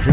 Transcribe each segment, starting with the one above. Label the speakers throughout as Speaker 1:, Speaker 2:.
Speaker 1: 士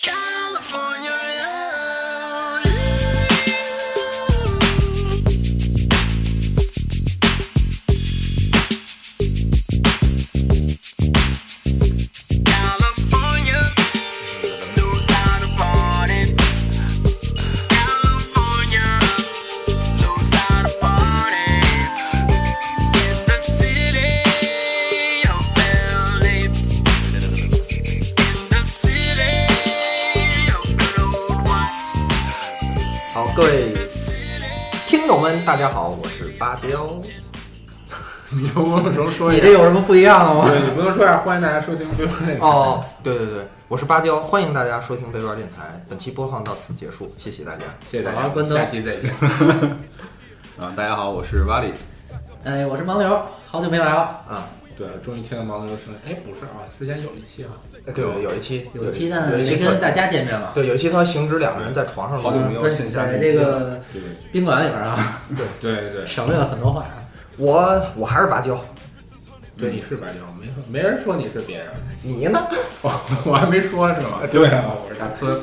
Speaker 2: California, yeah.
Speaker 3: 好，各位听友们，大家好，我是芭蕉。
Speaker 1: 你就不用说说
Speaker 3: 你这有什么不一样的吗？
Speaker 1: 对你不用说呀，欢迎大家收听《背包电台》。
Speaker 3: 哦，对对对，我是芭蕉，欢迎大家收听背包电台。本期播放到此结束，谢谢大家。
Speaker 1: 谢谢大
Speaker 3: 好
Speaker 1: 家，
Speaker 3: 关灯
Speaker 1: 下期再见。
Speaker 4: 啊，大家好，我是瓦里。
Speaker 3: 哎，我是盲流，好久没来了啊。
Speaker 1: 对，终于听到毛泽东声音。哎，不是啊，之前有一期啊，
Speaker 3: 哎对，有一期，
Speaker 5: 有一期
Speaker 3: 有
Speaker 5: 呢，
Speaker 3: 一
Speaker 5: 没
Speaker 3: 期
Speaker 5: 跟
Speaker 3: 特
Speaker 5: 大家见面了，
Speaker 3: 对，有一期他行止两个人在床上录
Speaker 4: 好久没有
Speaker 5: 在
Speaker 4: 线下
Speaker 5: 在
Speaker 4: 录音
Speaker 5: 这个
Speaker 4: 对
Speaker 5: 宾馆里边啊，
Speaker 1: 对对，
Speaker 5: 省略了很多话。啊
Speaker 3: 我我还是芭蕉，
Speaker 1: 对你是白鸟，没没人说你是别人，
Speaker 3: 你呢？
Speaker 1: 我还没说是吗？对啊，我是大村。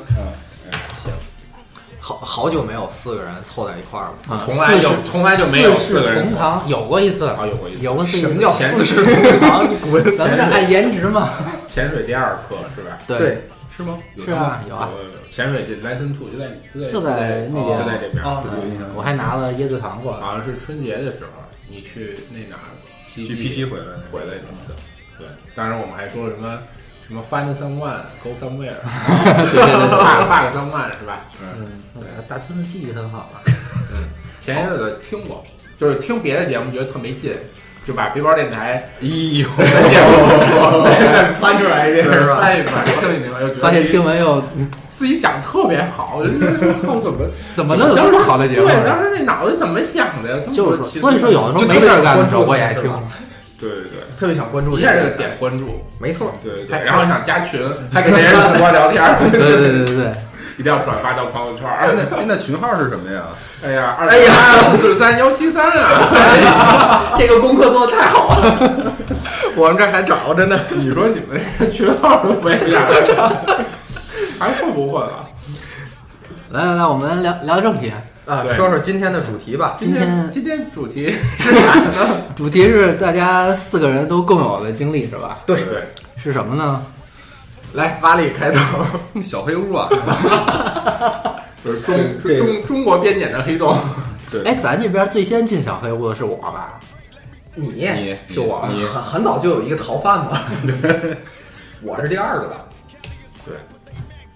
Speaker 3: 好好久没有四个人凑在一块儿了，
Speaker 1: 从来就
Speaker 5: 四世
Speaker 1: 从来就没有四个人
Speaker 5: 世同堂有过一次，
Speaker 1: 啊，有过一次
Speaker 5: 有过一次。
Speaker 3: 什么叫
Speaker 1: 前
Speaker 3: 四啊世同
Speaker 4: 啊
Speaker 3: 堂？你滚！
Speaker 5: 咱们这按颜值嘛，
Speaker 1: 潜水第二课是吧？
Speaker 3: 对，
Speaker 1: 是吗？有
Speaker 5: 是啊
Speaker 1: 吗
Speaker 5: 有啊。
Speaker 1: 潜水这 lesson two 就在就在
Speaker 5: 就在那边
Speaker 1: 就在这边哦
Speaker 5: 啊
Speaker 1: 对
Speaker 4: 印象
Speaker 5: 我还拿了椰子糖过来。
Speaker 1: 好像是春节的时候，你去那哪儿
Speaker 4: 去 PG 回来那
Speaker 1: 回来一次。对，当时我们还说什么什么 find someone go somewhere，
Speaker 5: 对对对对，
Speaker 1: 发发个 someone 是吧？
Speaker 5: 嗯大村的记忆很好啊。
Speaker 1: 前一阵子听过，就是听别的节目觉得特没劲，就把背包电台
Speaker 4: 哎呦，
Speaker 1: 节目
Speaker 3: 再翻出来一遍是吧？
Speaker 1: 翻一翻，听 一听，又觉得哎
Speaker 5: 发现听闻又
Speaker 1: 自己讲得特别好，我就觉得我怎么
Speaker 5: 怎么能有这么好的节目
Speaker 1: 对，当
Speaker 5: 呢？
Speaker 1: 时那脑子怎么想的呀？根本
Speaker 5: 就是说，
Speaker 1: 其实
Speaker 5: 所以说有的时候没事儿干的时候我也爱听。
Speaker 1: 对对对，
Speaker 3: 特别想关注
Speaker 1: 一
Speaker 3: 这
Speaker 1: 下
Speaker 3: 个
Speaker 1: 就点关注，
Speaker 3: 没错，
Speaker 1: 对对
Speaker 3: 还
Speaker 1: 对，然后想加 群，还给别人主播聊天儿，
Speaker 5: 对对对对对，
Speaker 1: 一定要转发到朋友圈儿。
Speaker 4: 哎那哎那群号是什么呀？
Speaker 1: 哎呀，二哎呀，四三幺七三啊！
Speaker 5: 这个功课做的太好了。
Speaker 3: 我们这还找着 呢。
Speaker 1: 你说你们这群号都没了， 还混不混啊了？
Speaker 5: 来来来，我们聊聊正题，
Speaker 3: 啊，
Speaker 1: 对
Speaker 3: 说说今天的主题吧。
Speaker 1: 今天
Speaker 5: 今
Speaker 1: 今
Speaker 5: 天
Speaker 1: 天主题是啥呢？
Speaker 5: 主题是大家四个人都共有的经历是吧？
Speaker 3: 对
Speaker 1: 对，
Speaker 5: 是什么呢？
Speaker 3: 来，巴力开头，
Speaker 4: 小黑屋 啊，
Speaker 1: 就是中
Speaker 4: 这这
Speaker 1: 中中国边检的黑洞。
Speaker 5: 哎，咱这边最先进小黑屋的是我吧？
Speaker 3: 你
Speaker 4: 你
Speaker 3: 是我，
Speaker 4: 你
Speaker 3: 很很早就有一个逃犯 嘛。我是第二个吧，
Speaker 1: 对，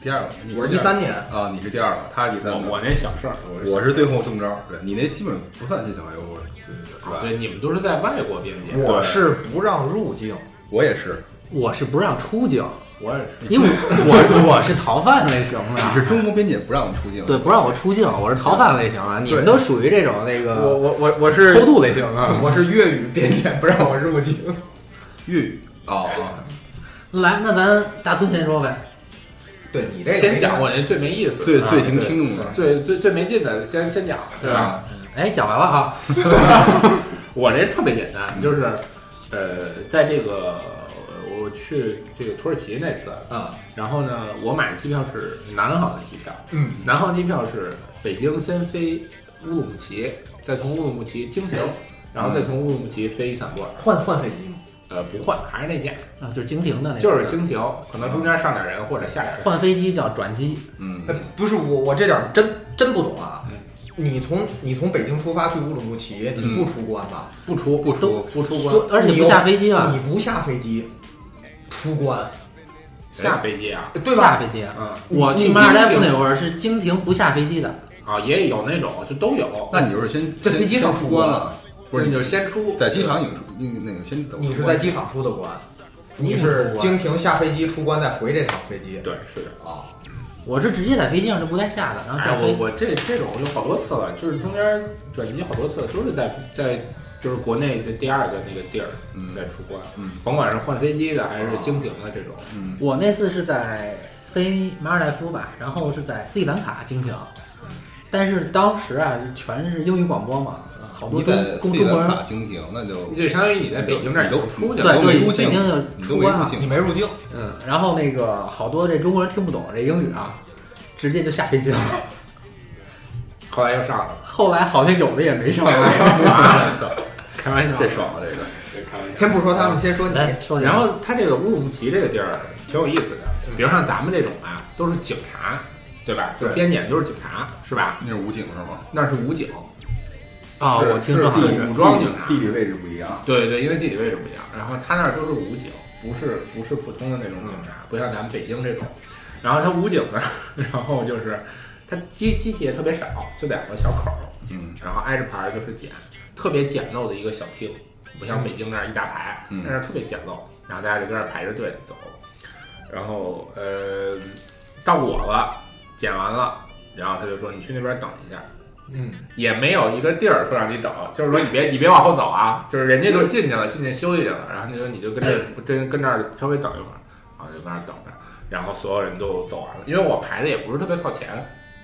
Speaker 4: 第二个，你
Speaker 3: 我是
Speaker 4: 第
Speaker 3: 一
Speaker 4: 二个
Speaker 3: 三年，
Speaker 4: 啊，你是第二个，他是第
Speaker 1: 我
Speaker 4: 三个，
Speaker 1: 我那小事儿，我
Speaker 4: 我是最后中招。对你那基本不算进小黑屋了，对对对，是吧？
Speaker 1: 对你们都是在外国边检，
Speaker 3: 我是不让入境。
Speaker 4: 我也是，
Speaker 5: 我是不让出境，
Speaker 1: 我也是。
Speaker 5: 因为我我是逃犯类型
Speaker 4: 你是
Speaker 5: 的，
Speaker 4: 中国边检不让我们出境，
Speaker 5: 对，不让我出境，我是逃犯类型的，你们都属于这种那
Speaker 3: 我
Speaker 5: 个
Speaker 3: 我我我是
Speaker 5: 偷渡类型的。
Speaker 3: 我是粤语边检不让我入境。
Speaker 4: 粤语哦哦，
Speaker 5: 来，那咱大村先说呗，
Speaker 3: 对你这个
Speaker 1: 先
Speaker 3: 没
Speaker 1: 讲我那最没意思，
Speaker 4: 最
Speaker 1: 啊
Speaker 4: 最行轻重的，啊
Speaker 1: 最最最没劲的，先先讲，对吧？
Speaker 4: 吧？
Speaker 5: 哎，讲完了哈，
Speaker 1: 我这特别简单，就是呃，在这个我去这个土耳其那次，
Speaker 3: 啊，
Speaker 1: 然后呢，我买的机票是南航的机票，
Speaker 3: 嗯，
Speaker 1: 南航机票是北京先飞乌鲁木齐，再从乌鲁木齐经停，然后再从乌鲁木齐飞伊斯坦布尔，
Speaker 3: 换换飞机吗？
Speaker 1: 呃，不换，还是那价，
Speaker 5: 啊，就是经停的那个，
Speaker 1: 就是经停，可能中间上点人或者下点人，
Speaker 5: 换飞机叫转机，
Speaker 4: 嗯
Speaker 3: 哎，不是我，我这点儿真真不懂啊。你从你从北京出发去乌鲁木齐，你
Speaker 4: 嗯
Speaker 3: 不出关吧？
Speaker 1: 不出不
Speaker 5: 都
Speaker 1: 不出关，
Speaker 5: 所而且不下飞机啊
Speaker 3: 你，不下飞机，出关，哎
Speaker 1: 下飞机啊，
Speaker 3: 对
Speaker 5: 下
Speaker 3: 吧？
Speaker 5: 飞机啊。
Speaker 1: 嗯
Speaker 5: 我去
Speaker 3: 你
Speaker 5: 马尔代夫那会儿是经停不下飞机的，
Speaker 1: 啊，也有那种就都有，
Speaker 4: 那你就是先
Speaker 3: 在飞机上
Speaker 4: 先
Speaker 3: 出
Speaker 4: 出
Speaker 3: 关
Speaker 4: 关了，不是
Speaker 1: 你
Speaker 4: 你
Speaker 1: 就先出
Speaker 4: 在机场已经出那个那个先
Speaker 3: 你是在机场出的关，你
Speaker 5: 不出
Speaker 3: 是
Speaker 5: 关
Speaker 3: 经停下飞机出关再回这趟飞机
Speaker 1: 对是的。
Speaker 3: 啊？
Speaker 5: 我是直接在飞机上就不带下的，然后
Speaker 1: 哎
Speaker 5: 再，
Speaker 1: 我
Speaker 5: 飞。
Speaker 1: 我这这种有好多次了，就是中间转机好多次都是在在就是国内的第二个那个地儿
Speaker 4: 嗯
Speaker 1: 再出关，
Speaker 4: 嗯
Speaker 1: 甭管是换飞机的还是经停的这种，
Speaker 4: 嗯
Speaker 5: 我那次是在飞马尔代夫吧，然后是在斯里兰卡经停，但是当时啊全是英语广播嘛，好多
Speaker 4: 你
Speaker 5: 中
Speaker 4: 在
Speaker 5: 中
Speaker 4: 斯里
Speaker 5: 中国
Speaker 4: 兰
Speaker 5: 人
Speaker 4: 卡经停，那就
Speaker 1: 就相当于你在北京这儿
Speaker 4: 你都
Speaker 1: 有出去
Speaker 5: 对
Speaker 1: 了，
Speaker 4: 都没
Speaker 5: 对
Speaker 4: 入
Speaker 5: 北
Speaker 4: 境
Speaker 5: 京就
Speaker 4: 你都
Speaker 5: 出
Speaker 4: 没
Speaker 5: 关
Speaker 4: 入
Speaker 5: 了，
Speaker 4: 境，
Speaker 3: 你没入境，
Speaker 5: 嗯，然后那个好多这中国人听不懂这英语啊，直接就下飞机了。
Speaker 1: 后来又上了，
Speaker 5: 后来好像有的也没上来。
Speaker 1: 我操， 开玩笑，
Speaker 4: 这爽啊这个。
Speaker 1: 这开玩笑。
Speaker 3: 先不说他
Speaker 4: 啊
Speaker 3: 们，先说你。
Speaker 5: 来说一下，
Speaker 1: 然后它这个乌鲁木齐这个地儿挺有意思的，比如像咱们这种啊，都是警察，对吧？
Speaker 3: 对
Speaker 1: 边检都是警察，是吧？
Speaker 4: 那是武警是吗？
Speaker 1: 那是武警，
Speaker 5: 啊，
Speaker 4: 是
Speaker 5: 我听说好像
Speaker 1: 是
Speaker 5: 是
Speaker 1: 武装警察
Speaker 4: 地理位置不一样。
Speaker 1: 对对，因为地理位置不一样，然后他那儿都是武警，不是不是普通的那种警察，不像咱们北京这种。然后他武警呢， 然后就是他机机器也特别少，就两个小口儿，
Speaker 4: 嗯
Speaker 1: 然后挨着排儿就是简，特别简陋的一个小厅，不像北京那儿一大排，
Speaker 4: 嗯
Speaker 1: 那儿特别简陋，然后大家就跟那儿排着队走，然后呃到我了，检完了，然后他就说你去那边等一下，
Speaker 3: 嗯，
Speaker 1: 也没有一个地儿说让你等，就是说你别你别往后走啊，就是人家都进去了，进去休息去了，然后你就你就跟这跟跟那儿稍微等一会儿，然后就跟那儿等着，然后所有人都走完了，因为我排的也不是特别靠前，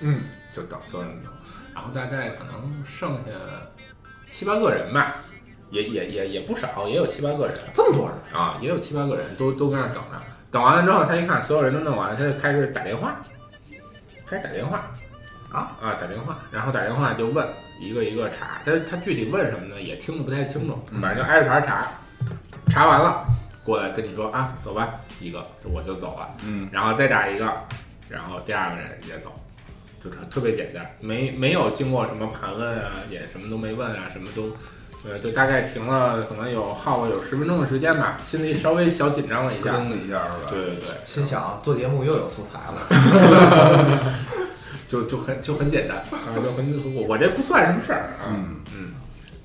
Speaker 3: 嗯，
Speaker 1: 就等所有人走，然后大概可能剩下七八个人吧，也也也也不少，也有七八个人
Speaker 3: 这么多人，
Speaker 1: 啊，也有七八个人都都跟那儿等着，等完了之后他一看所有人都弄完了，他就开始打电话，开始打电话。
Speaker 3: 啊
Speaker 1: 啊！打电话，然后打电话就问一个一个查，他他具体问什么呢？也听得不太清楚，
Speaker 4: 嗯
Speaker 1: 反正就挨着牌查，查完了过来跟你说啊，走吧，一个就我就走了，
Speaker 4: 嗯，
Speaker 1: 然后再打一个，然后第二个人也走，就是特别简单，没没有经过什么盘问啊，也什么都没问啊，什么都。呃，就大概停了，可能有耗了有十分钟的时间吧，心里稍微小紧张了一
Speaker 4: 咯
Speaker 1: 下。
Speaker 4: 噔了一下是吧？
Speaker 1: 对对对，
Speaker 3: 心想做节目又有素材了。
Speaker 1: 就就很就很简单啊，就很我我这不算什么事儿啊。
Speaker 4: 嗯，
Speaker 1: 嗯，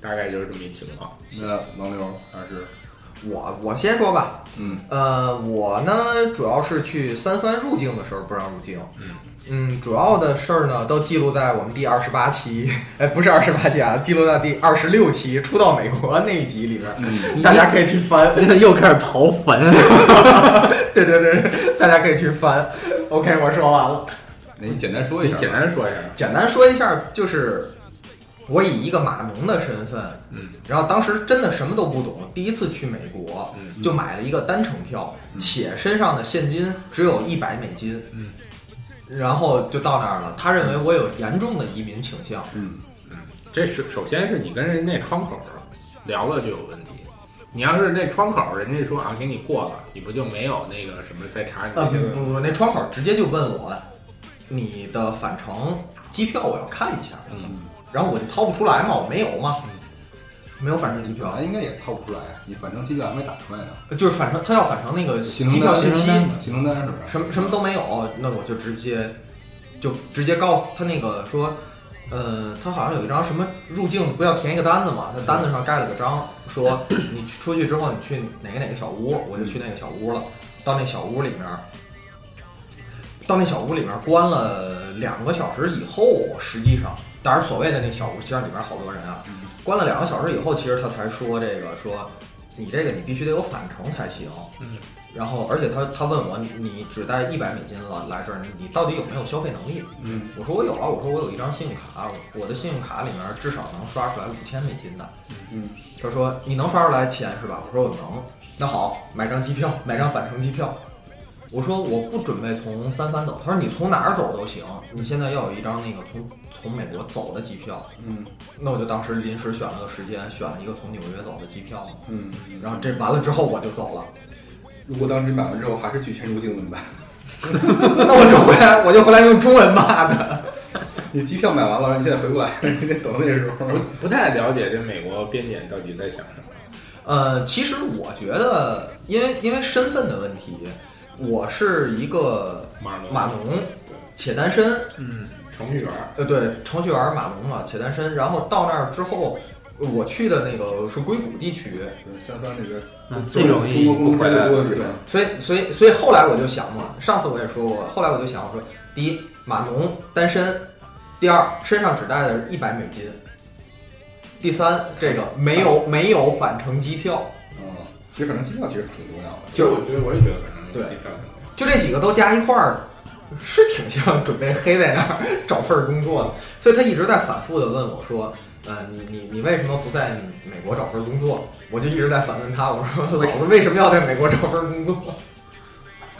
Speaker 1: 大概就是这么一情况。
Speaker 4: 那王流还是
Speaker 3: 我我先说吧，
Speaker 4: 嗯
Speaker 3: 呃，我呢主要是去三番入境的时候不让入境。
Speaker 1: 嗯
Speaker 3: 嗯主要的事儿呢都记录在我们第二十八期， 哎，不是二十八期啊，记录在第二十六期初到美国那一集里边儿，
Speaker 4: 嗯
Speaker 5: 你
Speaker 3: 大家可以去翻。
Speaker 5: 你又开始刨 坟，
Speaker 3: 对对对，大家可以去翻。OK，我说完了，
Speaker 4: 那你简单说一
Speaker 1: 你
Speaker 4: 下吧。
Speaker 1: 简单说一下，
Speaker 3: 简单说一下，就是我以一个码农的身份，
Speaker 1: 嗯
Speaker 3: 然后当时真的什么都不懂，第一次去美国，
Speaker 1: 嗯
Speaker 3: 就买了一个单程票，
Speaker 4: 嗯
Speaker 3: 且身上的现金只有一百美金，
Speaker 1: 嗯，
Speaker 3: 然后就到那儿了。他认为我有严重的移民倾向，
Speaker 4: 嗯
Speaker 1: 这是首先是你跟人那窗口聊了就有问题。你要是那窗口人家说啊给你过了，你不就没有那个什么再查你
Speaker 3: 呃，
Speaker 1: 那
Speaker 3: 不
Speaker 1: 个？
Speaker 3: 不不，那窗口直接就问我，你的返程机票我要看一下，
Speaker 1: 嗯，
Speaker 3: 然后我就掏不出来嘛，我没有嘛，没有返程机票
Speaker 4: 咱，应该也掏不出来，你反正机票还没打出来呢。
Speaker 3: 就是返程他要返程那个
Speaker 4: 行
Speaker 3: 机票信息，
Speaker 4: 行程单是不是？
Speaker 3: 什么什么都没有，那我就直接就直接告诉他那个说，呃，他好像有一张什么入境不要填一个单子嘛，那单子上盖了个章，说你去出去之后你去哪个哪个小屋，我就去那个小屋了。到那小屋里面，到那小屋里面关了两个小时以后，实际上，当然所谓的那小屋，其实里面好多人啊，关了两个小时以后，其实他才说这个说，你这个你必须得有返程才行。
Speaker 1: 嗯。
Speaker 3: 然后，而且他他问我，你只带一百美金了来这儿，你到底有没有消费能力？
Speaker 4: 嗯
Speaker 3: 我说我有啊，我说我有一张信用卡，我的信用卡里面至少能刷出来五千美金的。
Speaker 4: 嗯，
Speaker 3: 他说你能刷出来钱是吧？我说我能。那好，买张机票，买张返程机票。我说我不准备从三藩走，他说你从哪儿走都行，你现在要有一张那个从从美国走的机票。
Speaker 4: 嗯
Speaker 3: 那我就当时临时选了个时间，选了一个从纽约走的机票，
Speaker 4: 嗯。
Speaker 3: 然后这完了之后我就走了，
Speaker 4: 如果当时你买完之后还是拒签入境怎么办？
Speaker 3: 那我就回来，我就回来用中文骂的。
Speaker 4: 你机票买完了，你现在回不来， 你得等那时候。
Speaker 1: 不太了解这美国边检到底在想什么。
Speaker 3: 呃，其实我觉得，因为因为身份的问题，我是一个
Speaker 1: 马龙，
Speaker 3: 码农且单身，
Speaker 1: 嗯，程序员，
Speaker 3: 呃，对，程序员码农嘛，且单身。然后到那儿之后，我去的那个是硅谷地区，
Speaker 4: 对，三藩那边
Speaker 5: 最容
Speaker 4: 中
Speaker 5: 易
Speaker 4: 国公
Speaker 5: 不
Speaker 4: 司
Speaker 5: 回
Speaker 4: 最
Speaker 5: 来
Speaker 4: 多的地
Speaker 3: 对
Speaker 4: 方。，
Speaker 3: 所以所以所以后来我就想嘛，上次我也说过，后来我就想我说，第一，码农单身；第二，身上只带的一百美金；第三，这个没有没有返程机票，
Speaker 4: 嗯，其实反正机票其实挺重要的，
Speaker 3: 就
Speaker 1: 我觉得我也觉得反正
Speaker 3: 对
Speaker 1: 机票很重要
Speaker 3: 就这几个都加一块儿，是挺像准备黑在那儿找份儿工作的。所以他一直在反复的问我说：“呃，你你你为什么不在美国找份儿工作？”我就一直在反问他，我 说：“老子为什么要在美国找份儿工作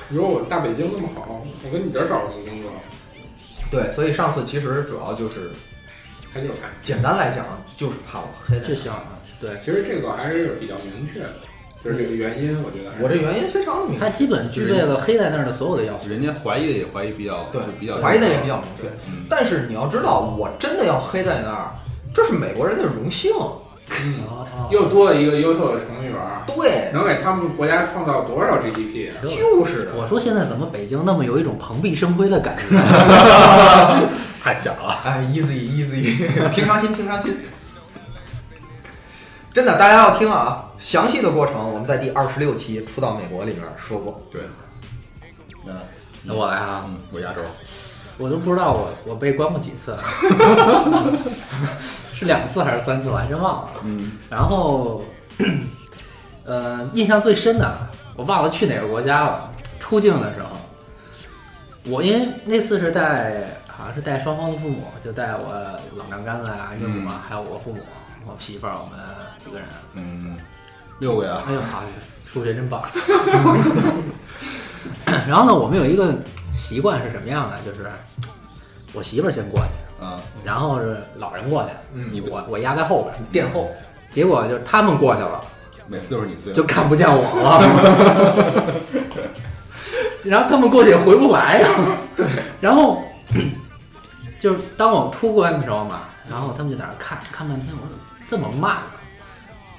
Speaker 6: 你说我大北京那么好，我跟你这儿找什么工作？？”
Speaker 3: 对，所以上次其实主要就是
Speaker 6: 他就是看。
Speaker 3: 简单来讲，就是怕我黑在
Speaker 5: 这
Speaker 3: 那儿。
Speaker 5: 行，对
Speaker 6: 其实这个还是比较明确的，就是这个原因，我觉得还是
Speaker 3: 我这原因非常的明
Speaker 5: 他
Speaker 3: 确，
Speaker 5: 基本具备了黑在那儿的所有的要素。
Speaker 4: 人家怀疑的也怀疑比较
Speaker 3: 对
Speaker 4: 就比较，
Speaker 3: 怀疑的也比较明确。
Speaker 4: 嗯，
Speaker 3: 但是你要知道，我真的要黑在那儿，这是美国人的荣幸。
Speaker 5: 哦
Speaker 6: 又多了一个优秀的程序员，
Speaker 3: 对，
Speaker 6: 能给他们国家创造多少 GDP 啊？
Speaker 3: 就是的。
Speaker 5: 我说现在怎么北京那么有一种蓬荜生辉的感觉？
Speaker 1: 太假了。
Speaker 3: 哎，easy easy，平 常心，平常心。真的，大家要听啊，详细的过程我们在第二十六期《初到美国》里面说过。
Speaker 4: 那
Speaker 5: 那我来啊，
Speaker 4: 嗯，我压轴，
Speaker 5: 我都不知道我我被关过几次，啊是两次还是三次，我还真忘了。
Speaker 4: 嗯，
Speaker 5: 然后，呃，印象最深的，我忘了去哪个国家了。出境的时候，我因为那次是带，好像是带双方的父母，就带我老丈杆子啊、岳母啊，还有我父母、我媳妇儿，我们几个人。啊
Speaker 4: 嗯，六啊个呀，
Speaker 5: 哎呦，好，数学真棒。 然后呢，我们有一个习惯是什么样的？就是我媳妇儿先过去，
Speaker 4: 啊，
Speaker 5: 然后是老人过去，
Speaker 3: 嗯
Speaker 5: 你我我压在后边儿。
Speaker 3: 殿后，
Speaker 5: 结果就是他们过去了，
Speaker 4: 每次都是你最
Speaker 5: 就看不见我了。 然后他们过去也回不来呀、对，然后 就是当我出关的时候嘛，然后他们就在那儿看看半天，我说怎么这么慢呢、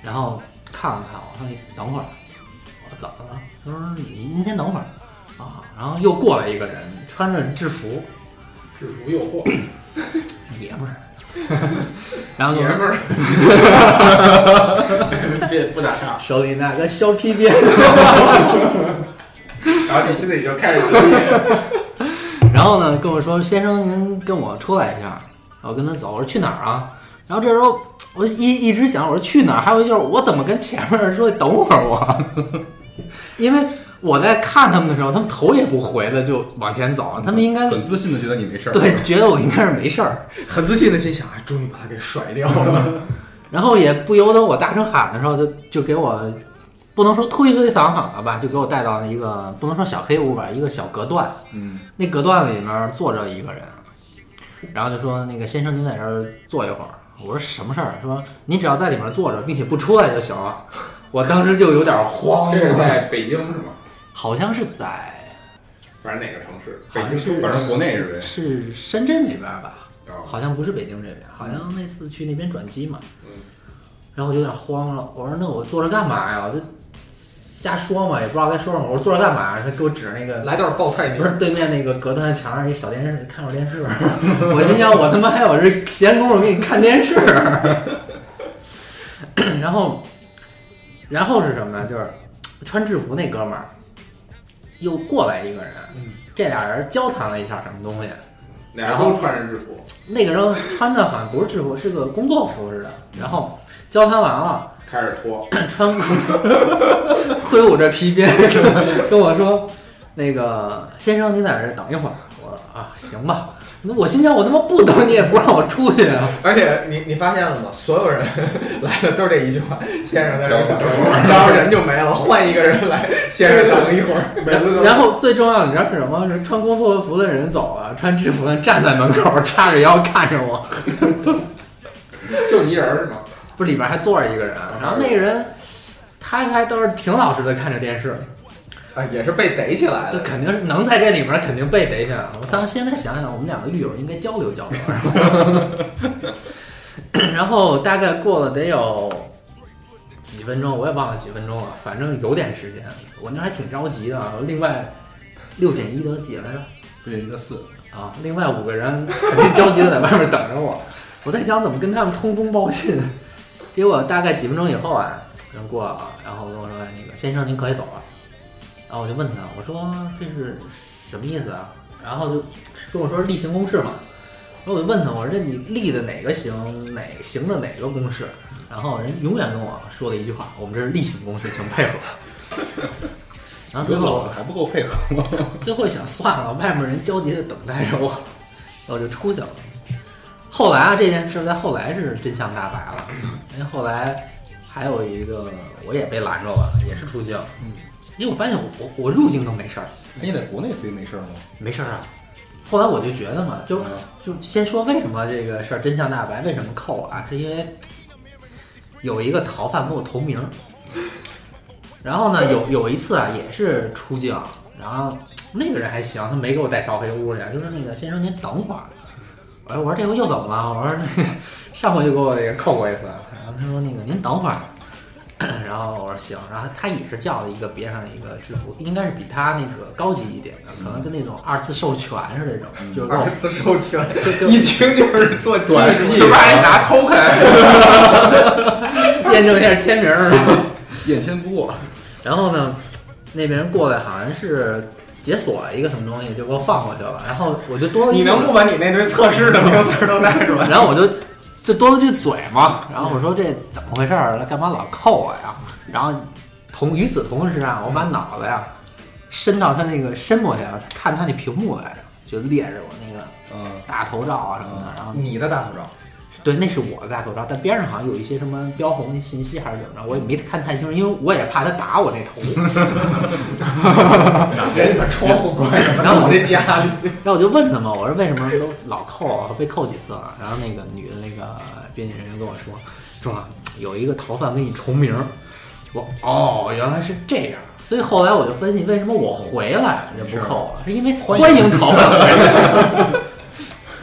Speaker 5: 然后看了看我，说你等会儿，我说怎么了？他说您您先等会儿啊。然后又过来一个人，穿着制服，
Speaker 6: 制服诱惑，
Speaker 5: 爷们儿， 然后就
Speaker 6: 爷
Speaker 5: 说
Speaker 6: 们儿， 这不打岔。
Speaker 5: 手里拿个削皮鞭。
Speaker 6: 然后你心里就开始纠结，
Speaker 5: 然后呢，跟我说先生，您跟我出来一下。我跟他走，我说去哪儿啊？然后这时候我一一直想，我说去哪儿？还有就是我怎么跟前面人说等会儿我， 因为我在看他们的时候，他们头也不回的就往前走，他们应该
Speaker 4: 很自信的觉得你没事儿，
Speaker 5: 对觉得我应该是没事儿，
Speaker 3: 很自信的心想，哎，终于把他给甩掉了。
Speaker 5: 然后也不由得我大声喊的时候，就就给我不能说推推搡搡的吧，就给我带到一个不能说小黑屋吧，一个小隔断。
Speaker 4: 嗯，
Speaker 5: 那隔断里面坐着一个人，然后就说：“那个先生，您在这儿坐一会儿。”我说：“什么事儿？”说：“您只要在里面坐着，并且不出来就行了。”我当时就有点慌
Speaker 6: 这是
Speaker 5: 了，
Speaker 6: 在北京是吗？
Speaker 5: 好像是在
Speaker 6: 反正哪个城市？
Speaker 5: 好
Speaker 6: 北
Speaker 5: 像
Speaker 6: 京
Speaker 5: 是
Speaker 4: 反正国内是呗，
Speaker 5: 是深圳那边吧，
Speaker 6: 啊，
Speaker 5: 好像不是北京这边，好像那次去那边转机嘛。
Speaker 6: 嗯
Speaker 5: 然后我就有点慌了，我说：“那我坐着干嘛呀？”我就瞎说嘛，也不知道该说什么。我说：“坐着干嘛？”他给我指那个
Speaker 3: 来段报菜
Speaker 5: 不
Speaker 3: 名，
Speaker 5: 是对面那个隔断墙上一小电视，看会儿电视。 我心想，我他妈还有这闲工夫给你看电视。 然后，然后是什么呢？就是穿制服那哥们儿又过来一个人，这俩人交谈了一下什么东西。
Speaker 6: 俩人都穿着制服，
Speaker 5: 那个人穿的好像不是制服，是个工作服似的。然后交谈完了，
Speaker 6: 开始脱，
Speaker 5: 穿裤子挥舞着皮鞭，跟我说：“那个先生，您在这儿等一会儿。”我说：“啊，行吧。”那我心想，我他妈不等你也不让我出去啊！
Speaker 3: 而且你你发现了吗？所有人来的都是这一句话：先生在这儿等
Speaker 4: 等
Speaker 3: 一会儿，然后人就没了，换一个人来，先生等一会 儿。
Speaker 6: 每次都
Speaker 5: 然后最重要的，你知道是什么？是穿工作服的人走了，穿制服的站在门口，叉着腰看着我。
Speaker 6: 就你一人是吗？
Speaker 5: 不是里边还坐着一个人，啊然后那个人他还倒是挺老实的，看着电视。
Speaker 3: 啊，也是被逮起来
Speaker 5: 这
Speaker 3: 的。
Speaker 5: 肯定是能在这里面肯定被逮起来了。我当现在想想，我们两个狱友应该交流交流。然后 然后大概过了得有几分钟，我也忘了几分钟了，反正有点时间。我那还挺着急的。另外六减一得几来着？
Speaker 4: 对一个四，
Speaker 5: 啊，另外五个人肯定焦急的在外面等着我，我在想怎么跟他们通风报信。结果大概几分钟以后啊，人过来了，然后跟我说：“哎那个先生，您可以走了。”然后我就问他，我说：“这是什么意思啊？”然后就跟我说例行公事嘛。然后我就问他，我说这你立的哪个行，哪行的哪个公式？然后人永远跟我说的一句话，我们这是例行公式，请配合。然后最后
Speaker 4: 还不够配合吗？
Speaker 5: 最后一想，算了，外面人焦急的等待着我，我就出去了。后来啊，这件事在后来是真相大白了，因为后来还有一个我也被拦着了，也是出境，嗯，因为我发现我我我入境都没事儿，
Speaker 4: 哎你在国内飞没事儿吗？
Speaker 5: 没事儿啊。后来我就觉得嘛，就
Speaker 4: 嗯
Speaker 5: 就先说为什么这个事儿真相大白，为什么扣我啊？是因为有一个逃犯跟我同名儿，然后呢，有有一次啊，也是出境，然后那个人还行，他没给我带小黑屋去，啊就是那个先生您等会儿，啊我说我说这回又怎么了？我说那个上回就给我那个扣过一次，啊然后他说那个您等会儿。 然后我说行，然后他也是叫了一个别上一个制服，应该是比他那个高级一点的，可能跟那种二次授权似的那种，就是跟我
Speaker 3: 二次授权，
Speaker 5: 就就
Speaker 3: 一听就是做技
Speaker 4: 短
Speaker 3: 术
Speaker 4: 屁
Speaker 3: 的。
Speaker 5: 还拿 token 验证一下签名儿是吧？
Speaker 4: 验签不过，
Speaker 5: 然后呢，那边人过来好像是解锁了一个什么东西，就给我放过去了。然后我就多了一
Speaker 3: 你能不把你那堆测试的名词儿都带出来？
Speaker 5: 然后我就就多了句嘴嘛，然后我说这怎么回事儿？干嘛老扣我呀？然后同与此同时啊，我把脑袋呀、伸到他那个伸过去啊，看他那屏幕来着，就列着我那个
Speaker 4: 嗯，
Speaker 5: 大头照啊什么的，然后
Speaker 3: 你的大头照，
Speaker 5: 对，那是我的大头照，但边上好像有一些什么标红的信息还是怎么着，我也没看太清楚，因为我也怕他打我那头。
Speaker 3: 人家把窗户关上，
Speaker 5: 然后
Speaker 3: 我那家里。
Speaker 5: 然后我就问他嘛，我说为什么都老扣啊，被扣几次了？然后那个女的那个编辑人员跟我说，说啊有一个逃犯跟你重名儿。我哦，原来是这样，所以后来我就分析为什么我回来人不扣我，是因为欢迎逃犯回来。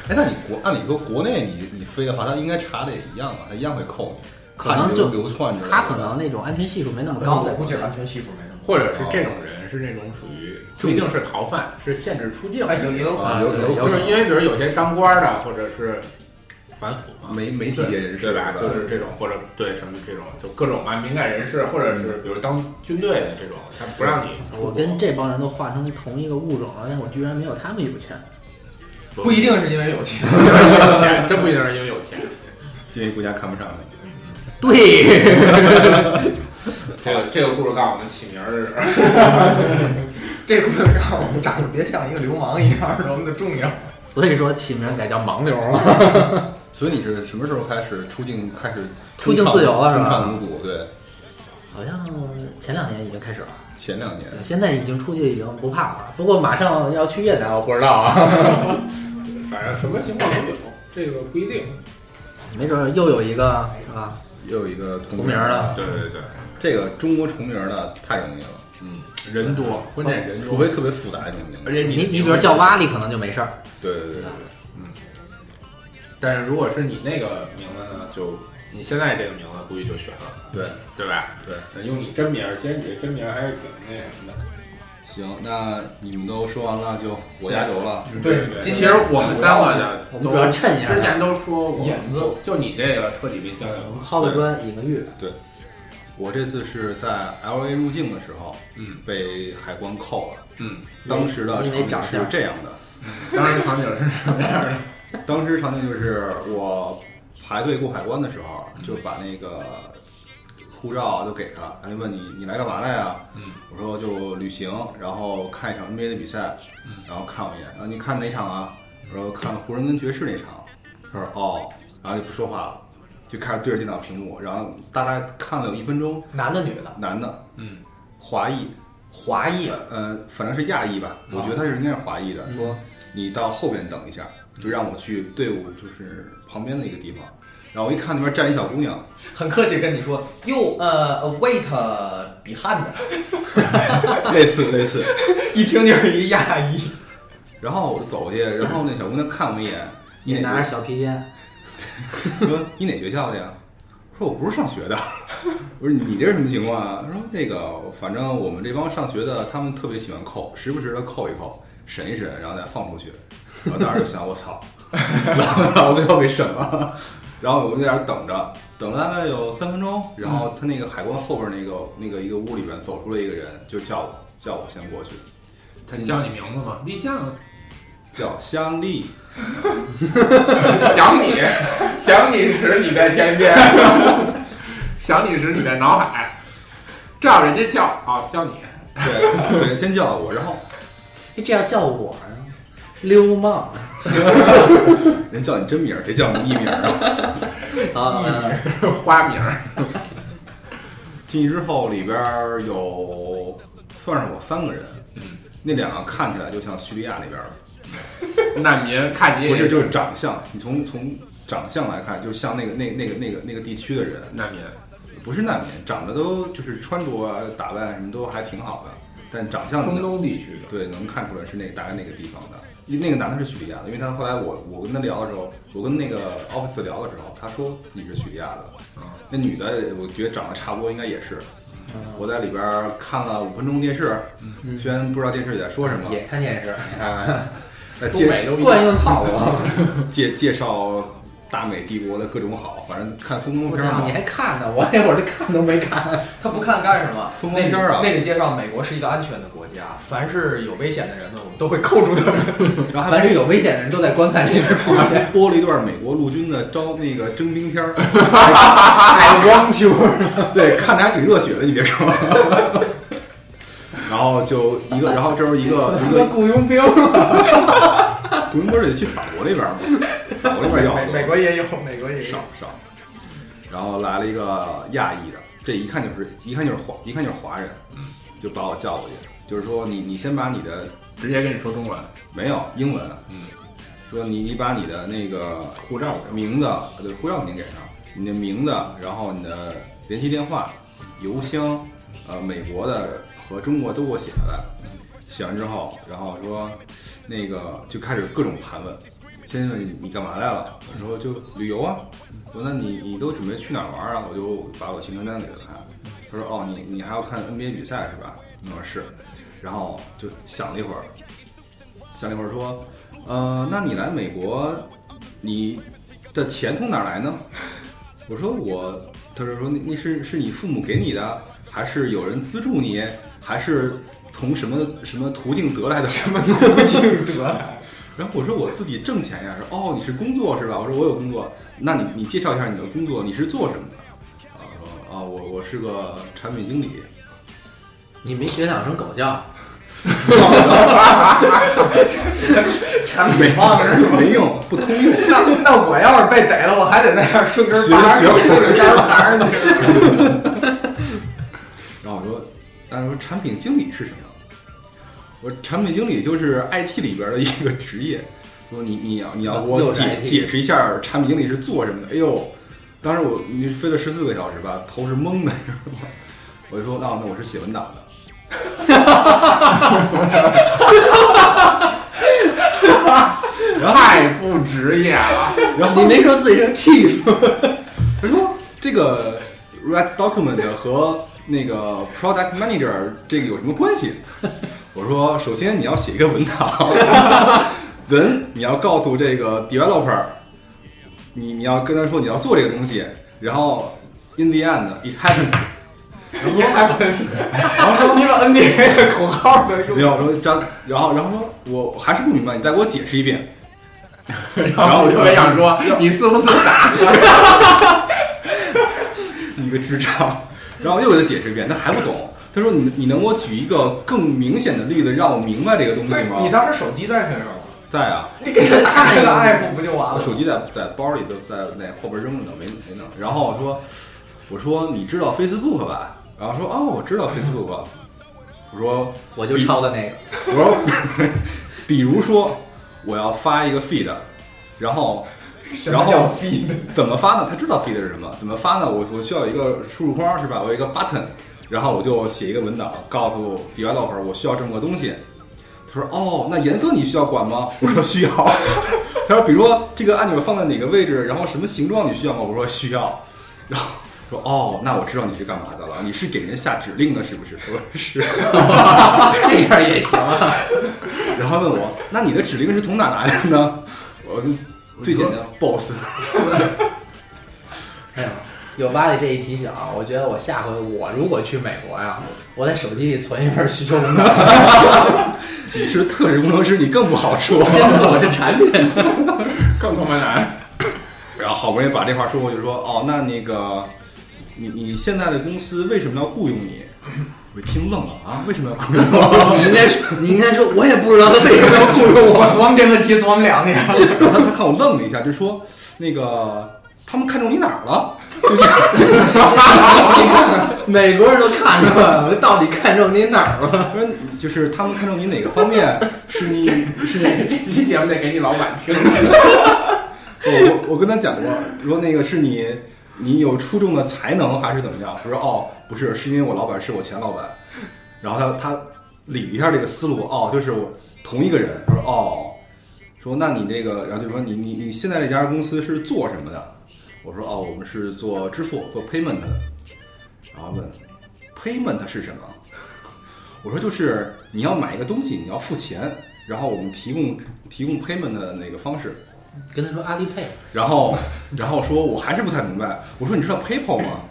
Speaker 4: 哎，那你国按理说国内你你飞的话，他应该查的也一样吧？啊他一样会扣你，
Speaker 5: 可能就
Speaker 4: 看你流窜着。
Speaker 5: 他可能那种安全系数没那么高，
Speaker 3: 我估计安全系数没什么。
Speaker 1: 或
Speaker 6: 哦
Speaker 1: 者是这种人是那种属于不一定是逃犯，是限制出境。
Speaker 3: 哎，有有
Speaker 1: 啊，
Speaker 4: 有
Speaker 1: 对
Speaker 4: 有可
Speaker 1: 就是
Speaker 4: 能
Speaker 1: 因为比如有些当官的或者是反腐嘛，
Speaker 4: 媒媒体界人
Speaker 1: 对
Speaker 4: 士
Speaker 1: 吧？就是这种或者对什么这种，就各种嘛敏感人士，或者是比如当军队的这种，他不让你出国。
Speaker 5: 我跟这帮人都划成同一个物种了，但我居然没有他们有钱。
Speaker 1: 不
Speaker 3: 不一定是因为有钱，
Speaker 1: 不一定是因为有钱，真不一定是因为有钱。
Speaker 4: 因为国家看不上你。
Speaker 5: 对，
Speaker 1: 这个这个故事告诉我们起名儿是
Speaker 3: 这故事让我们长得别像一个流氓一样多么的重要。
Speaker 5: 所以说起名改叫盲流了。
Speaker 4: 所以你是什么时候开始出境开始
Speaker 5: 出境自由了是吧
Speaker 4: 通畅无阻，对，
Speaker 5: 好像前两年已经开始了，
Speaker 4: 前两年
Speaker 5: 现在已经出去已经不怕了。不过马上要去越南，我不知道啊，
Speaker 1: 反正什么情况都有，这个不一定。
Speaker 5: 没准儿又有一个是吧？
Speaker 4: 又有一个同
Speaker 5: 同名儿的
Speaker 1: 对对对，
Speaker 4: 这个中国重名儿的太容易了，嗯，
Speaker 1: 人多，关键人
Speaker 4: 哦除
Speaker 1: 多
Speaker 4: 非，特别复杂这种名字。
Speaker 1: 而且
Speaker 5: 你
Speaker 1: 你
Speaker 5: 你比如叫，瓦力可能就没事儿，
Speaker 4: 对对对对，
Speaker 1: 但是如果是你那个名字呢，就你现在这个名字估计就悬了，
Speaker 4: 对，
Speaker 1: 对吧？
Speaker 4: 对
Speaker 1: 对，用你真名儿，其实你这真名儿还是挺那什么的。
Speaker 4: 行，那你们都说完了，就我压轴了。
Speaker 3: 对
Speaker 1: 其实我们三个呢，
Speaker 5: 我们主要衬一下
Speaker 1: 之前都说过
Speaker 3: 引子，
Speaker 1: 就你这个彻底被教育了。
Speaker 5: 薅个砖引个玉，
Speaker 4: 我这次是在 L A 入境的时候
Speaker 1: 嗯
Speaker 4: 被海关扣了，
Speaker 1: 嗯，
Speaker 4: 当时的
Speaker 5: 因为
Speaker 4: 场景
Speaker 5: 长
Speaker 4: 是
Speaker 5: 相
Speaker 4: 这样的，
Speaker 1: 当时场景是什么样 的？
Speaker 4: 当时场景就是我排队过海关的时候，就把那个护照都给他，然后就问你你来干嘛来呀？
Speaker 1: 嗯，
Speaker 4: 我说就旅行，然后看一场 NBA 的比赛，然后看我一眼，然后你看哪场啊？我说看湖人跟爵士那场。他说哦，然后就不说话了，就开始对着电脑屏幕，然后大概看了有一分钟，
Speaker 3: 男的女的，
Speaker 4: 男的，
Speaker 1: 嗯，
Speaker 4: 华裔，嗯
Speaker 3: 华裔
Speaker 4: 呃，反正是亚裔吧，我觉得他是应该是华裔的，说你到后边等一下，就让我去队伍就是旁边的一个地方，然后我一看那边站一小姑娘，
Speaker 3: 很客气跟你说，You 呃 wait behind，
Speaker 4: 类似类似，
Speaker 3: 一听就是一亚裔。
Speaker 4: 然后我就走过去，然后那小姑娘看我一眼，你
Speaker 5: 也拿
Speaker 4: 哪
Speaker 5: 着小皮鞭，
Speaker 4: 说你哪学校的呀？我说我不是上学的。 我说你这是什么情况啊？他说那个，反正我们这帮上学的，他们特别喜欢扣，时不时的扣一扣，审一审，然后再放出去。我当时就想，我操， 然后然后最后被审了。然后我就在那儿等着，等了大概有三分钟，然后他那个海关后边那个那个一个屋里边走出来一个人，就叫我，叫我先过去。
Speaker 1: 他叫你名字吗？立项啊，
Speaker 4: 叫香丽。
Speaker 7: 想你， 想你时你在天 边，想你时你在脑海，这样人家叫啊叫你，
Speaker 4: 对对，先叫我，然后
Speaker 5: 哎这要叫我呢，溜 帽
Speaker 4: 人叫你真名儿，别叫你艺名儿啊。
Speaker 5: 啊，
Speaker 7: 花名儿
Speaker 4: 进去之后里边儿有算上我三个人，那两个看起来就像叙利亚那边儿，
Speaker 7: 难民看你
Speaker 4: 不
Speaker 7: 也
Speaker 4: 是就是长相，你从从长相来看，就像那个那那个那个那个地区的人，
Speaker 7: 难民，
Speaker 4: 不是难民，长得都就是穿着啊打扮什么都还挺好的，但长相
Speaker 7: 中东地区的
Speaker 4: 对能看出来是那个大概那个地方的。那个男的是叙利亚的，因为他后来我我跟他聊的时候，我跟那个 office 聊的时候，他说自己是叙利亚的。
Speaker 5: 嗯
Speaker 7: 啊，
Speaker 4: 那女的我觉得长得差不多，应该也是。我在里边儿看了五分钟电视，虽然不知道电视里在说什么，
Speaker 5: 嗯也看电视，
Speaker 4: 呃
Speaker 7: 中美
Speaker 4: 介
Speaker 7: 都一
Speaker 5: 惯
Speaker 7: 样，
Speaker 5: 用套 路。啊
Speaker 4: 介介绍大美帝国的各种好，反正看风光
Speaker 5: 我
Speaker 4: 片儿
Speaker 5: 操，
Speaker 4: 嘛
Speaker 5: 你。还看呢？我那 会儿是看都没看。
Speaker 3: 他不看干什么？
Speaker 4: 疯狂片儿啊
Speaker 3: 那那个介绍美国是一个安全的国家，凡是有危险的人呢，我们都会扣住他 们。
Speaker 4: 然后还
Speaker 5: 凡是有危险的人都在观看这个片儿。
Speaker 4: 播了一段美国陆军的招那个征兵片儿，
Speaker 5: I want you。
Speaker 4: 对，看着还挺热血的，你别说。 然后就一个，然后这不是一个一
Speaker 5: 说
Speaker 4: 个，
Speaker 5: 雇佣兵，
Speaker 4: 不用不是得去法国那边吗？法国那边要
Speaker 3: 美美国也有，美国也有
Speaker 4: 少。少。然后来了一个亚裔的，这一看就是一看就是华，一看就是华人，就把我叫过去，就是说你你先把你的
Speaker 7: 直接跟你说中 文，
Speaker 4: 没有英文，
Speaker 7: 嗯，
Speaker 4: 说你你把你的那个
Speaker 7: 护照
Speaker 4: 名字，对，护照您给上，你的名字，然后你的联系电话、邮箱，呃，美国的和中国都给我写下来。写完之后，然后说那个就开始各种盘问，先问你你干嘛来了？我说就旅游啊。我说那你你都准备去哪儿玩啊？我就把我行程单给他看。他说哦，你你还要看 NBA 比赛是吧？我说是。然后就想了一会儿，想了一会儿说，呃，那你来美国，你的钱从哪儿来呢？我说我，他就说那那是是你父母给你的，还是有人资助你，还是从什么什么途径得来的？什么途径得来？ 然后我说我自己挣钱呀，说哦你是工作是吧？我说我有工作，那你你介绍一下你的工作，你是做什么的？啊我说啊我我是个产品经理，
Speaker 5: 你没学两声狗叫，
Speaker 3: 产
Speaker 4: 没
Speaker 3: 品放那儿
Speaker 4: 没用，不通用。
Speaker 3: 那那我要是被逮了，我还得那样顺根拔
Speaker 4: 学学
Speaker 3: 顺根拔着呢。
Speaker 4: 然后我说，大家说产品经理是什么？我说产品经理就是 IT 里边的一个职业。说你你要你要给我
Speaker 5: 又是
Speaker 4: 解
Speaker 5: IT
Speaker 4: 解释一下产品经理是做什么的？哎呦，当时我你飞了十四个小时吧，头是懵的，你知道吗？我就说啊，那我是写文档的。
Speaker 7: 太不职业了，
Speaker 4: 然后
Speaker 5: 你没说自己是 chief，
Speaker 4: 他说这个 Red Document 和那个 Product Manager 这个有什么关 系？我说，首先你要写一个文档，文你要告诉这个 developer，你你要跟他说你要做这个东西，然后 in the end it happened。
Speaker 3: 你还不死？然后 那个 NBA 的口号呢？
Speaker 4: 没有，我说张，然后然后说我还是不明白，你再给我解释一遍。然
Speaker 7: 我
Speaker 4: 后我
Speaker 7: 特
Speaker 4: 就
Speaker 7: 别想说，你是不是傻？
Speaker 4: 一个智障。然后又给他解释一遍，他还不懂。他说你：“你能给我举一个更明显的例子，让我明白这个东西
Speaker 3: 对
Speaker 4: 吗？”
Speaker 3: 哎你当时手机在身上吗？
Speaker 4: 在啊，
Speaker 3: 你给他打个 app 不就完
Speaker 4: 我
Speaker 3: 了？
Speaker 4: 手机在在包里，都在那后边扔着呢，没没弄。然后我说：“我说你知道 Facebook 吧？”然后说：“哦，我知道 Facebook。”我说
Speaker 5: 我就抄的那个。：“
Speaker 4: 我说， 比如说我要发一个 feed，然后然后 怎么发呢？他知道 feed 是什么，怎么发呢？我我需要一个输入框是吧？我有一个 button，然后我就写一个文档，告诉 developer 我需要这么个东西。他说哦，那颜色你需要管吗？我说需要。 他说比如说这个按钮放在哪个位置，然后什么形状你需要吗？我说需要。然后说哦，那我知道你是干嘛的了，你是给人下指令的是不是？我说是。
Speaker 5: 这样也行啊。
Speaker 4: 然后问我，那你的指令是从哪来的呢？我就最简单，boss。
Speaker 5: 哎呦，有巴里这一提醒啊，我觉得我下回我如果去美国呀、我在手机里存一份需求文档，
Speaker 4: 你是测试工程师，你更不好说。
Speaker 5: 先问我这产品，
Speaker 7: 更他妈难。
Speaker 4: 然后好不容易把这话说过去，说哦，那那个，你你现在的公司为什么要雇佣你？我一听愣了啊，为什么要雇佣我？
Speaker 5: 你应该说， 你应该说，我也不知道他为什么要雇佣
Speaker 3: 我
Speaker 5: 我。
Speaker 3: 琢磨这问题琢磨两 年，
Speaker 4: 然后他他看我愣了一下，就说那个他们看中你哪儿了？ 就是
Speaker 5: 你看看， 美国人都看出来了，到底看中你哪儿了？
Speaker 4: 说就是他们看中你哪个方面？是你是你
Speaker 7: 这期节目得给你老板听。
Speaker 4: 我我我跟他讲过，说那个是你你有出众的才能还是怎么样？他说哦，不是，是因为我老板是我前老板。然后他他理一下这个思路，哦，就是我同一个人。他说哦，说那你这个，然后就说你你你现在这家公司是做什么的？我说哦，我们是做支付，做 payment 的。然后问 payment 是什么？我说就是你要买一个东西，你要付钱，然后我们提供提供 payment 的那个方式。
Speaker 5: 跟他说阿里配，
Speaker 4: 然后，然后说我还是不太明白。我说你知道 PayPal 吗？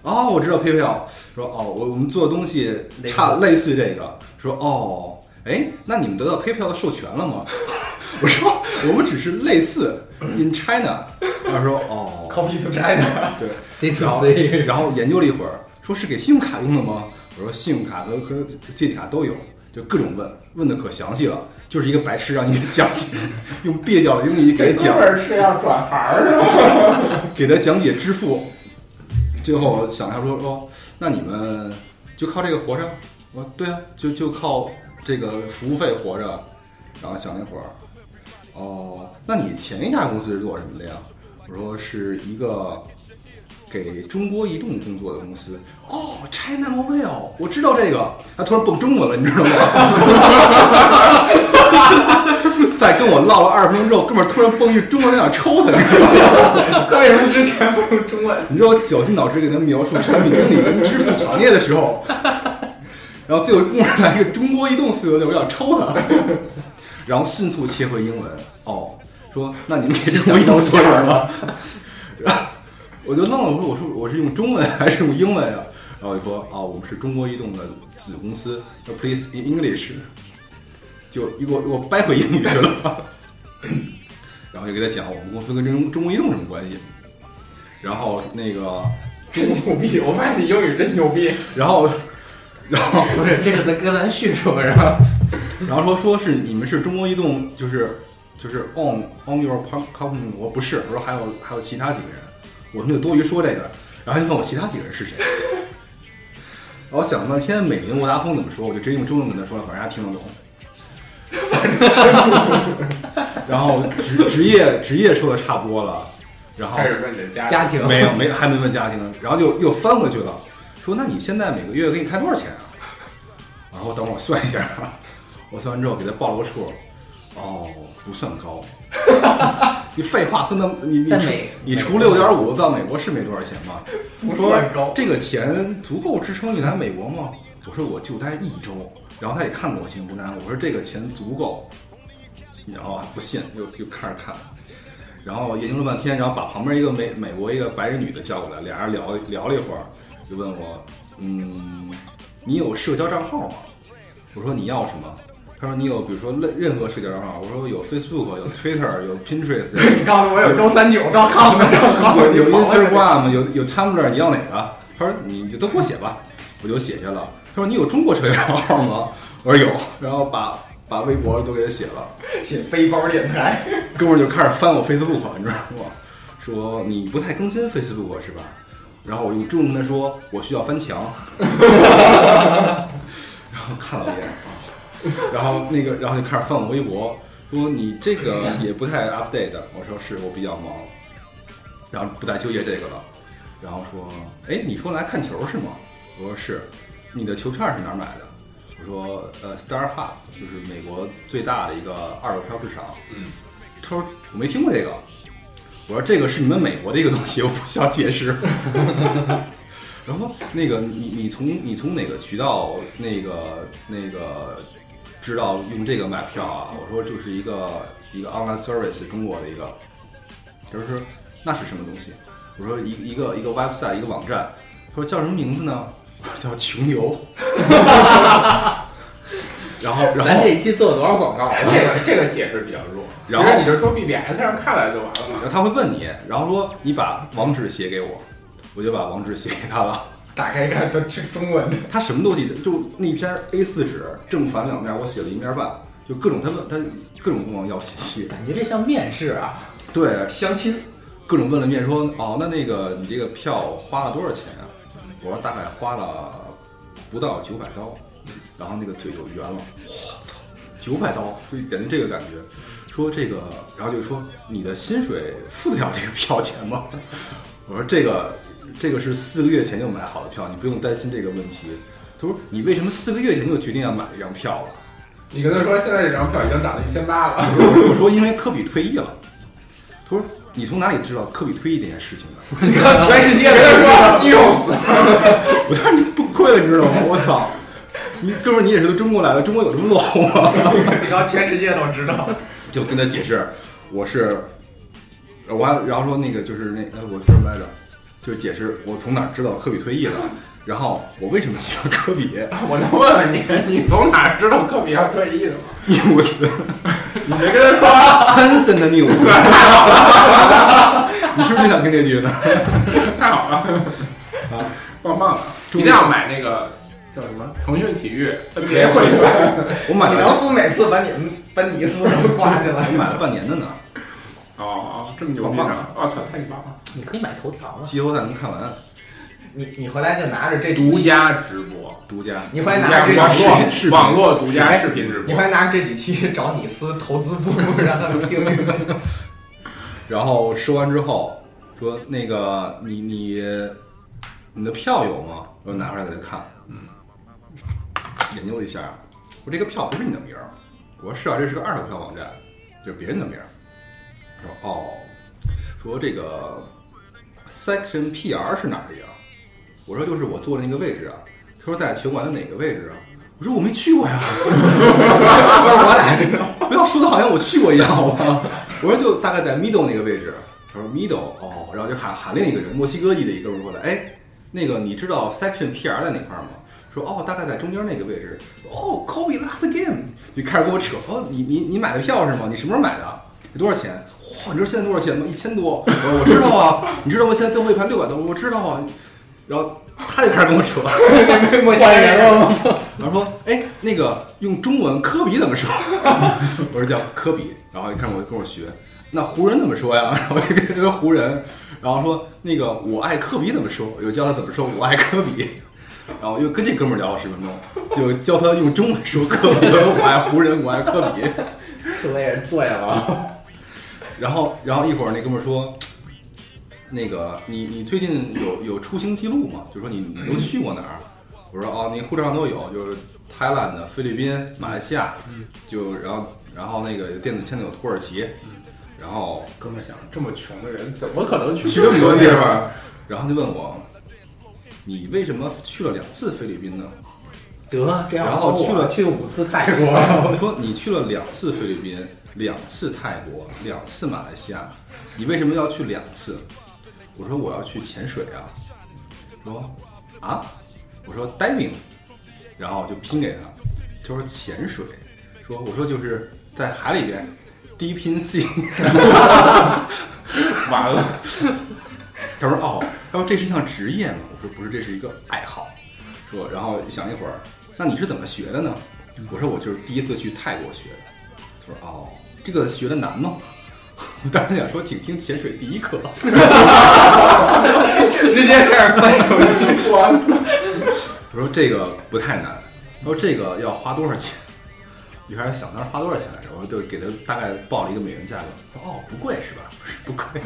Speaker 4: 哦，我知道 PayPal。说哦，我我们做的东西差类似于这个。说哦，哎，那你们得到 PayPal 的授权了吗？ 我说我们只是类似 in China。他说哦，
Speaker 3: copy to China
Speaker 4: 对，
Speaker 5: C
Speaker 4: 然
Speaker 5: to
Speaker 4: 后
Speaker 5: C，
Speaker 4: 然后研究了一会儿，说是给信用卡用的吗？我说信用卡和和借记卡都有，就各种问，问的可详细了，就是一个白痴让你给讲 解，用蹩脚的英语给
Speaker 7: 这哥
Speaker 4: 他讲
Speaker 7: 们。儿是要转行儿的 吗？
Speaker 4: 给他讲解支付。最后想他说哦，那你们就靠这个活着？我说对啊，就就靠这个服务费活着。然后想了一会儿，哦，那你前一家公司是做什么的呀？我说是一个给中国移动工作的公司。哦，China Mobile，我知道这个。他突然蹦中文了，你知道吗？ 在跟我唠了二十分钟之后，哥们儿突然蹦一中文，我想抽他。
Speaker 7: 他为什么之前不用中文？
Speaker 4: 你知道我绞尽脑汁给他描述产品经理跟支付行业的时候， 然后最后弄上来一个中国移动四个字，我想抽他， 然后迅速切回英文。哦，说那你们也是中国移动做什么？然后 我就愣了，我说我说我是用中文还是用英文呀、然后就说啊，我们是中国移动的子公司说，Please in English，就给我给我掰回英语去了。 然后就给他讲我们公司跟中中国移动什么关系，然后那个，
Speaker 7: 真牛逼！ 我发现你英语真牛逼。
Speaker 4: 然后， 然后，
Speaker 5: 不是这个咱跟咱叙述，然后
Speaker 4: 然后说说是你们是中国移动，就是就是 on on your com- company，我说不是，我说还有还有其他几个人，我说那就多余说这个，然后就问我其他几个人是谁， 然后想了半天美林沃达丰怎么说，我就直接用中文跟他说了，反正他听得懂。 然后职职业职业说的差不多了，然后
Speaker 7: 开始问你的家
Speaker 5: 家庭
Speaker 4: 没有没有还没问家庭，然后就又翻回去了，说那你现在每个月给你开多少钱啊？然后等会儿我算一下啊，我算完之后给他报了个数，哦，不算高。 你废话，分到你你
Speaker 5: 在
Speaker 4: 除
Speaker 5: 美
Speaker 4: 你除六点五到美国是没多少钱吧？
Speaker 3: 不
Speaker 4: 说
Speaker 3: 算高，
Speaker 4: 这个钱足够支撑你来美国吗？我说我就待一周，然后他也看过我行不难，我说这个钱足够，然后还不信，又又开始看，然后研究了半天，然后把旁边一个美美国一个白人女的叫过来，俩人聊聊了一会儿，就问我，嗯，你有社交账号吗？我说你要什么？他说你有，比如说任任何社交账号，我说有 Facebook，有 Twitter，有 Pinterest，有
Speaker 3: 你告诉我有周三九到康的账 号，
Speaker 4: 有有
Speaker 3: 你跑了
Speaker 4: Instagram，有有 Tumblr，你要哪个？他说你就都给我写吧，我就写下了。他说你有中国车友账号吗？ 我说有，然后把把微博都给他写了。
Speaker 3: 写背包电台，
Speaker 4: 哥们儿就开始翻我 Facebook，你知道吗？说你不太更新 Facebook 是吧？然后我用中文跟他说我需要翻墙， 然后看了一眼，啊然后那个然后就开始翻我微博，说你这个也不太 update，我说是我比较忙，然后不太纠结这个了，然后说哎你说来看球是吗？我说是，你的球票是哪儿买的？我说呃 Star Hub 就是美国最大的一个二手票市场，他说我没听过这个。我说这个是你们美国的一个东西，我 不需要解释。然后那个你你从你从哪个渠道那个那个知道用这个买票啊？我说就是一个一个 online service 中国的一个，他说那是什么东西？我说一一个一个 website 一个网站，他说叫什么名字呢？我说叫穷游。 然后然
Speaker 5: 咱
Speaker 4: 后
Speaker 5: 这一期做了多少广告啊？
Speaker 7: 这个这个解释比较弱，其
Speaker 4: 然后
Speaker 7: 实你就说 BBS 上看来就完了嘛。
Speaker 4: 然后他会问你，然后说你把网址写给我，我就把网址写给他了。
Speaker 3: 打开一看，都是中文的。
Speaker 4: 他什么都记得，就那篇 A 4纸正反两面，我写了一面半，就各种他问他各种跟我要信息，
Speaker 5: 感觉这像面试啊，
Speaker 4: 对，
Speaker 3: 相亲
Speaker 4: 各种问了面说哦，那那个你这个票花了多少钱啊？我说大概花了不到九百刀，然后那个腿就圆了，我操，九百刀，就感觉这个感觉。说这个，然后就说你的薪水付得了这个票钱吗？ 我说这个，这个是四个月前就买好的票，你不用担心这个问题。他说你为什么四个月前就决定要买这张票了？
Speaker 7: 你跟他说现在这张票已经涨到一千八 了，
Speaker 4: 我我说因为科比退役了。他说你从哪里知道科比退役这件事情啊的？
Speaker 7: 全世界人说你用死。
Speaker 4: 我当时你崩溃了，你知道吗？我操！你哥们儿，你也是从中国来的，中国有这么落后吗？
Speaker 3: 然后全世界都知道。
Speaker 4: 就跟他解释，我是，我还然后说那个就是那哎，我说什么来着？就是解释我从哪儿知道科比退役的，然后我为什么喜欢科比？
Speaker 7: 我能问问你，你从哪儿知道科比要退役的吗？
Speaker 4: news，
Speaker 7: 你没跟他说 啊，
Speaker 4: Hanson 的 news，你是不是就想听这句呢？
Speaker 7: 太好了，棒棒的！一定要买那个叫什么腾讯体育 NBA 会员
Speaker 4: 我买
Speaker 3: 你
Speaker 4: 了，
Speaker 3: 能不每次把你班尼斯都挂起来
Speaker 4: 我？买了半年的呢，
Speaker 7: 哦哦，这么牛逼
Speaker 4: 棒棒
Speaker 7: 呢！我操，太棒了！
Speaker 5: 你可以买头条嘛。
Speaker 4: 季后赛能看完，
Speaker 3: 你你回来就拿着这
Speaker 7: 独
Speaker 3: 几，
Speaker 7: 家直播，
Speaker 4: 独家。
Speaker 3: 你
Speaker 7: 哎
Speaker 3: 回来拿着
Speaker 7: 网
Speaker 3: 这几，
Speaker 4: 视频视
Speaker 7: 络
Speaker 4: 频
Speaker 7: 网络独家视频直
Speaker 3: 你
Speaker 7: 播
Speaker 3: 回。来拿着这几期找你司投资部， 让他们听听。
Speaker 4: 然后收完之后说那个你你你的票有吗？我拿出来给他看，嗯，研究一下，我说这个票不是你的名儿，我说是啊，这是个二手票网站，就是别人的名儿。他说哦，说这个 section PR 是哪里啊？我说就是我坐的那个位置啊。他说在球馆的哪个位置啊？我说我没去过呀。我说我俩这不要说的好像我去过一样好吧？我说就大概在 middle 那个位置。他说 middle 哦，然后就喊喊另一个人，墨西哥裔的一个人过来，哎，那个你知道 section PR 在哪块儿吗？说哦，大概在中间那个位置。哦，Kobe last game，就开始跟我扯。哦，你你你买的票是吗？你什么时候买的？你多少钱？哇，你知道现在多少钱吗？一千多。我说我知道啊，你知道吗？现在最后一排六百多，我知道啊。然后他就开始跟我扯，
Speaker 7: 哎
Speaker 3: 莫家人了吗？
Speaker 4: 然后说，哎，那个用中文科比怎么说？ 我说叫科比，然后一看我跟我学，那湖人怎么说呀？然 后就跟跟湖人，然后说那个我爱科比怎么说？我就教他怎么说我爱科比，然后又跟这哥们儿聊了十分钟，就教他用中文说科比，我 说我爱湖人，我爱科比。
Speaker 5: 各位人醉了，
Speaker 4: 然后然后一会儿那哥们儿说，那个你你最近有有出行记录吗？就说你你都去过哪儿？我说哦，那护照上都有，就是 Thailand、菲律宾、马来西亚，就然后然后那个电子签的有土耳其，然后
Speaker 7: 哥们儿想，这么穷的人怎么可能去
Speaker 4: 去这么多地方，然后就问我，你为什么去了两次菲律宾呢？
Speaker 5: 得这样
Speaker 4: 然后
Speaker 5: 我
Speaker 4: 去了
Speaker 5: 去五次泰国，
Speaker 4: 我说 你去了两次菲律宾，两次泰国，两次马来西亚，你为什么要去两次？我说我要去潜水啊。说啊，我说 diving，然后就拼给他，他说潜水，说我说就是在海里边，deep in sea。
Speaker 7: 完了？
Speaker 4: 他说哦，他说这是一项职业吗？我说不是，这是一个爱好。说，然后想一会儿，那你是怎么学的呢？我说我就是第一次去泰国学的。他说哦，这个学的难吗？ 我当时想说，请听潜水第一课。
Speaker 3: 直接开始翻手机。
Speaker 4: 我说这个不太难。他说这个要花多少钱？一开始想当时花多少钱来着？我就给他大概报了一个美元价格。他说哦，不贵是吧？不贵。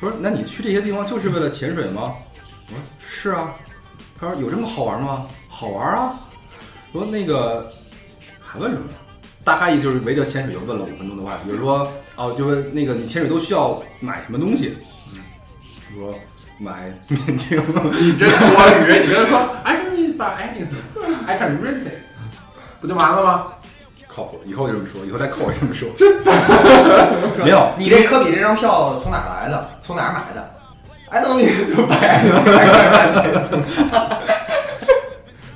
Speaker 4: 我说那你去这些地方就是为了潜水吗？我说是啊。他说有这么好玩吗？好玩啊。我说那个还问什么？大概意思就是围着潜水就问了五分钟的话，比如说哦，就是那个你潜水都需要买什么东西？嗯，我说买面镜。
Speaker 7: 你真多余！你跟他说 I can read by anything, I can read it，不就完了吗？
Speaker 4: 靠谱，以后就这么说，以后再扣我这么说。真的没有，
Speaker 3: 你这科比这张票从哪儿来的？从哪儿买的？哎， 能你就白了。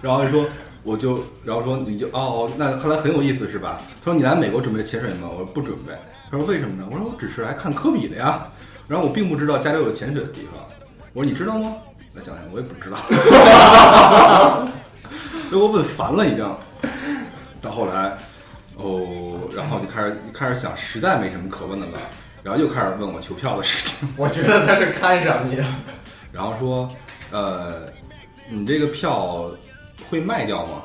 Speaker 4: 然后就说我就然后说你就哦，哦那看来很有意思是吧？他说你来美国准备潜水吗？我说不准备。他说为什么呢？我说我只是来看科比的呀。然后我并不知道加州有潜水的地方。我说你知道吗？我想想，我也不知道。 被我问烦了已经。到后来，哦，然后就开始开始想，实在没什么可问的了，然后又开始问我球票的事情，
Speaker 3: 我觉得他是看上你的，
Speaker 4: 然后说，呃，你这个票会卖掉吗？